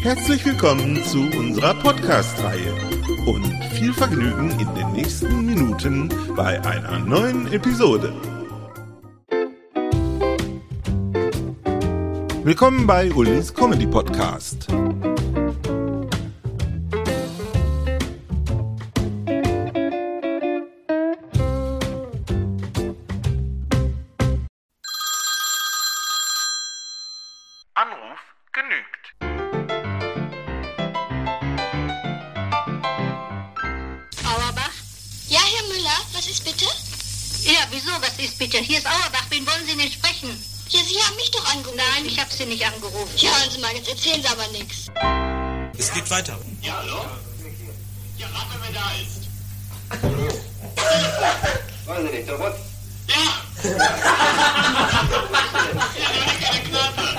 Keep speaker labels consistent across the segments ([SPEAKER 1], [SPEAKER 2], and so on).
[SPEAKER 1] Herzlich willkommen zu unserer Podcast-Reihe und viel Vergnügen in den nächsten Minuten bei einer neuen Episode. Willkommen bei Ulis Comedy Podcast.
[SPEAKER 2] Anruf genügt.
[SPEAKER 3] Auerbach?
[SPEAKER 4] Ja, Herr Müller, was ist bitte?
[SPEAKER 3] Ja, wieso? Was ist bitte? Hier ist Auerbach. Wen wollen Sie denn sprechen?
[SPEAKER 4] Ja, Sie haben mich doch angerufen.
[SPEAKER 3] Nein, ich habe Sie nicht angerufen.
[SPEAKER 4] Ja, hören Sie mal, jetzt erzählen Sie aber nichts.
[SPEAKER 5] Es geht weiter.
[SPEAKER 6] Weiß ich nicht, der Rotz.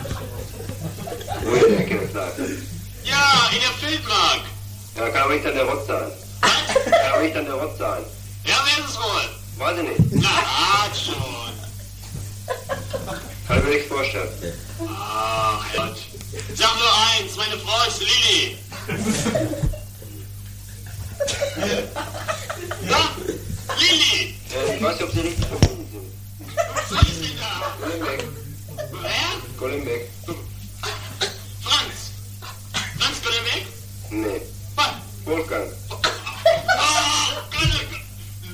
[SPEAKER 6] Ja! Wo ist der Kinderkneipe?
[SPEAKER 2] Ja, in der Feldmark.
[SPEAKER 6] Ja, kann aber nicht dann der Rotz sein. Kann aber nicht dann der Rotz sein.
[SPEAKER 2] Ja, wer ist es wohl?
[SPEAKER 6] Weiß ich nicht.
[SPEAKER 2] Na, hat schon.
[SPEAKER 6] Kann ich mir nicht vorstellen.
[SPEAKER 2] Ach Gott. Sag nur eins, meine Frau ist Lilly. Na, Lilly.
[SPEAKER 6] Äh, ich weiß nicht, ob Sie richtig verbunden sind.
[SPEAKER 2] Was ist denn da?
[SPEAKER 6] Gollenbeck,
[SPEAKER 2] Wer?
[SPEAKER 6] Gollenbeck.
[SPEAKER 2] Franz. Franz, bitte weg.
[SPEAKER 6] Nee.
[SPEAKER 2] Was?
[SPEAKER 6] Wolfgang.
[SPEAKER 2] Oh, Gott, oh Gott.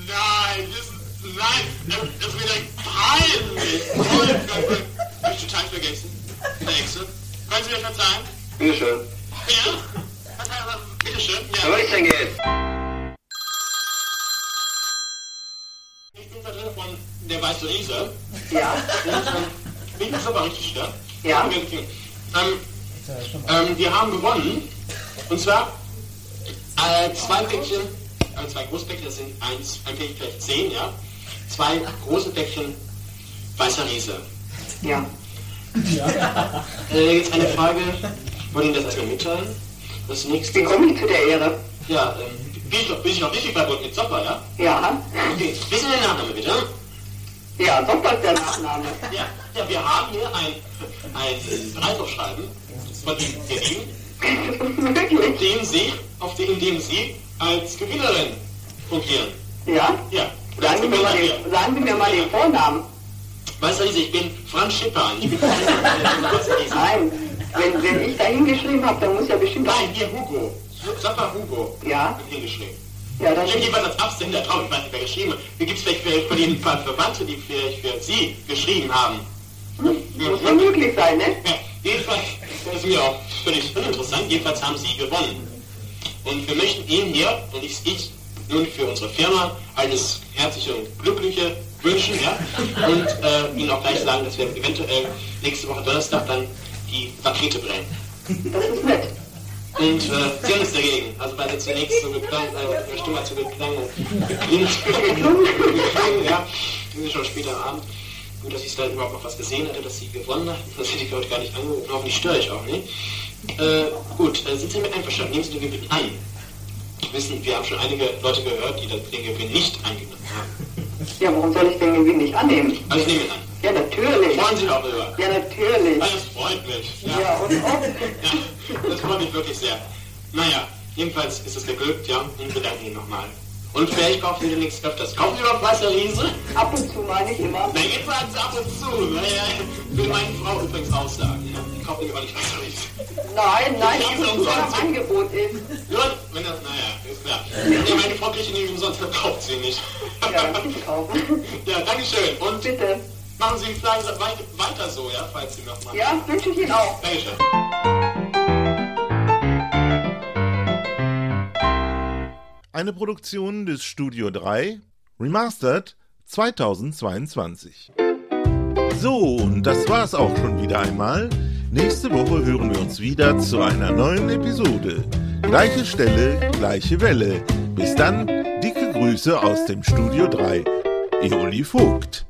[SPEAKER 2] Nein, das ist, nein, das das ist wieder peinlich. Wolfgang, Hab ich total vergessen. Der Exe. Können Sie mir verzeihen?
[SPEAKER 6] Bitteschön.
[SPEAKER 2] Ja? Bitte schön.
[SPEAKER 6] Ja, was
[SPEAKER 2] Ja.
[SPEAKER 6] ist denn jetzt?
[SPEAKER 2] Ich bin Vertreter von der Weißen Ise.
[SPEAKER 7] Ja,
[SPEAKER 2] Bin ich das aber richtig, ne?
[SPEAKER 7] Ja.
[SPEAKER 2] Ähm, ähm, wir haben gewonnen. Und zwar äh, zwei Päckchen, äh, zwei Großpäckchen, das sind eins, ein Päckchen vielleicht zehn, ja. Zwei große Päckchen Weißer Riese.
[SPEAKER 7] ja.
[SPEAKER 2] Äh, jetzt eine Frage, wollte Ihnen das erstmal mitteilen? Das nächste.
[SPEAKER 7] Wie komme ich zu der Ehre?
[SPEAKER 2] Ja, ähm, bin ich noch, bin ich noch richtig verbunden mit Zopper, ja?
[SPEAKER 7] Ja,
[SPEAKER 2] Okay, wissen Sie den Nachnamen bitte?
[SPEAKER 7] ja, Doktor ist der Nachname.
[SPEAKER 2] Ja, ja, wir haben hier ein, ein Preisaufschreiben von Ihnen, der Ihnen,
[SPEAKER 7] Wirklich?
[SPEAKER 2] dem Sie, auf dem, in dem Sie als Gewinnerin fungieren.
[SPEAKER 7] Ja?
[SPEAKER 2] Ja, oder als
[SPEAKER 7] Sagen Sie, mir mal den,
[SPEAKER 2] Gewinnerin.
[SPEAKER 7] sagen Sie mir mal den Vornamen.
[SPEAKER 2] Weißt du, Riese, ich bin Franz Schippan. Ich bin Franz Schippan, ich bin kurz Riese.
[SPEAKER 7] Nein, wenn, wenn ich da hingeschrieben habe, dann muss ja bestimmt
[SPEAKER 2] Nein, hier Hugo. Sag mal Hugo.
[SPEAKER 7] Ja.
[SPEAKER 2] Wird hingeschrieben.
[SPEAKER 7] Ja, dann
[SPEAKER 2] Ich habe jeweils als Absender drauf, ich weiß nicht, wer geschrieben hat. Hier gibt es vielleicht für, für den Ver- Verwandte, die vielleicht für Sie geschrieben haben.
[SPEAKER 7] muss man möglich sein, ne?
[SPEAKER 2] Ja, jedenfalls, das ist mir auch völlig uninteressant, jedenfalls haben Sie gewonnen. Und wir möchten Ihnen hier, und ich, ich nun für unsere Firma, alles herzliche und glückliche wünschen, ja. Und äh, Ihnen auch gleich sagen, dass wir eventuell nächste Woche Donnerstag dann die Pakete brennen.
[SPEAKER 7] Das ist nett.
[SPEAKER 2] Und äh, Sie haben es dagegen. Also weil Sie zunächst so geklang, äh, Ihre Stimme hat so geklang. Geklungen, ja. Das ist schon später am Abend. Gut, dass ich dann überhaupt noch was gesehen hatte, dass Sie gewonnen hatten. Sonst hätte ich heute gar nicht angerufen. Hoffentlich störe ich auch nicht. Äh, gut, äh, sind Sie damit einverstanden? Nehmen Sie den Gewinn an. Wir Wissen, wir haben schon einige Leute gehört, die den Gewinn nicht angenommen haben.
[SPEAKER 7] Ja, warum soll ich den Gewinn nicht annehmen?
[SPEAKER 2] Also ich nehme ihn an.
[SPEAKER 7] Ja, natürlich.
[SPEAKER 2] Freuen Sie sich auch darüber.
[SPEAKER 7] Ja, natürlich.
[SPEAKER 2] Das freut mich. Ja.
[SPEAKER 7] Ja, und ob.
[SPEAKER 2] Ja, das freut mich wirklich sehr. Naja, jedenfalls ist es geglückt, ja, und wir danken Ihnen nochmal. Und vielleicht kaufen Sie demnächst öfters. Kaufen Sie noch Weißer Riese?
[SPEAKER 7] Ab und zu meine ich immer.
[SPEAKER 2] Na, jetzt sagen Sie ab und zu. Naja, will meine Frau übrigens auch sagen. Ja, die kauft nämlich auch nicht Weißer Riese.
[SPEAKER 7] Nein, nein,
[SPEAKER 2] Ich hab's
[SPEAKER 7] ob es nur
[SPEAKER 2] umsonst.
[SPEAKER 7] am Angebot ist.
[SPEAKER 2] Gut, wenn das, naja, ist klar. Ja, meine Frau kriegt sie nicht umsonst, verkauft sie nicht.
[SPEAKER 7] Ja, dann ich kaufen.
[SPEAKER 2] Ja, Dankeschön. Und
[SPEAKER 7] Bitte.
[SPEAKER 2] machen Sie vielleicht wei- weiter so, ja, falls Sie noch mal.
[SPEAKER 7] Ja, wünsche ich Ihnen auch.
[SPEAKER 2] Dankeschön.
[SPEAKER 1] Eine Produktion des Studio 3, Remastered 2022. So, und das war's auch schon wieder einmal. Nächste Woche hören wir uns wieder zu einer neuen Episode. Gleiche Stelle, gleiche Welle. Bis dann, dicke Grüße aus dem Studio 3. Eoli Vogt.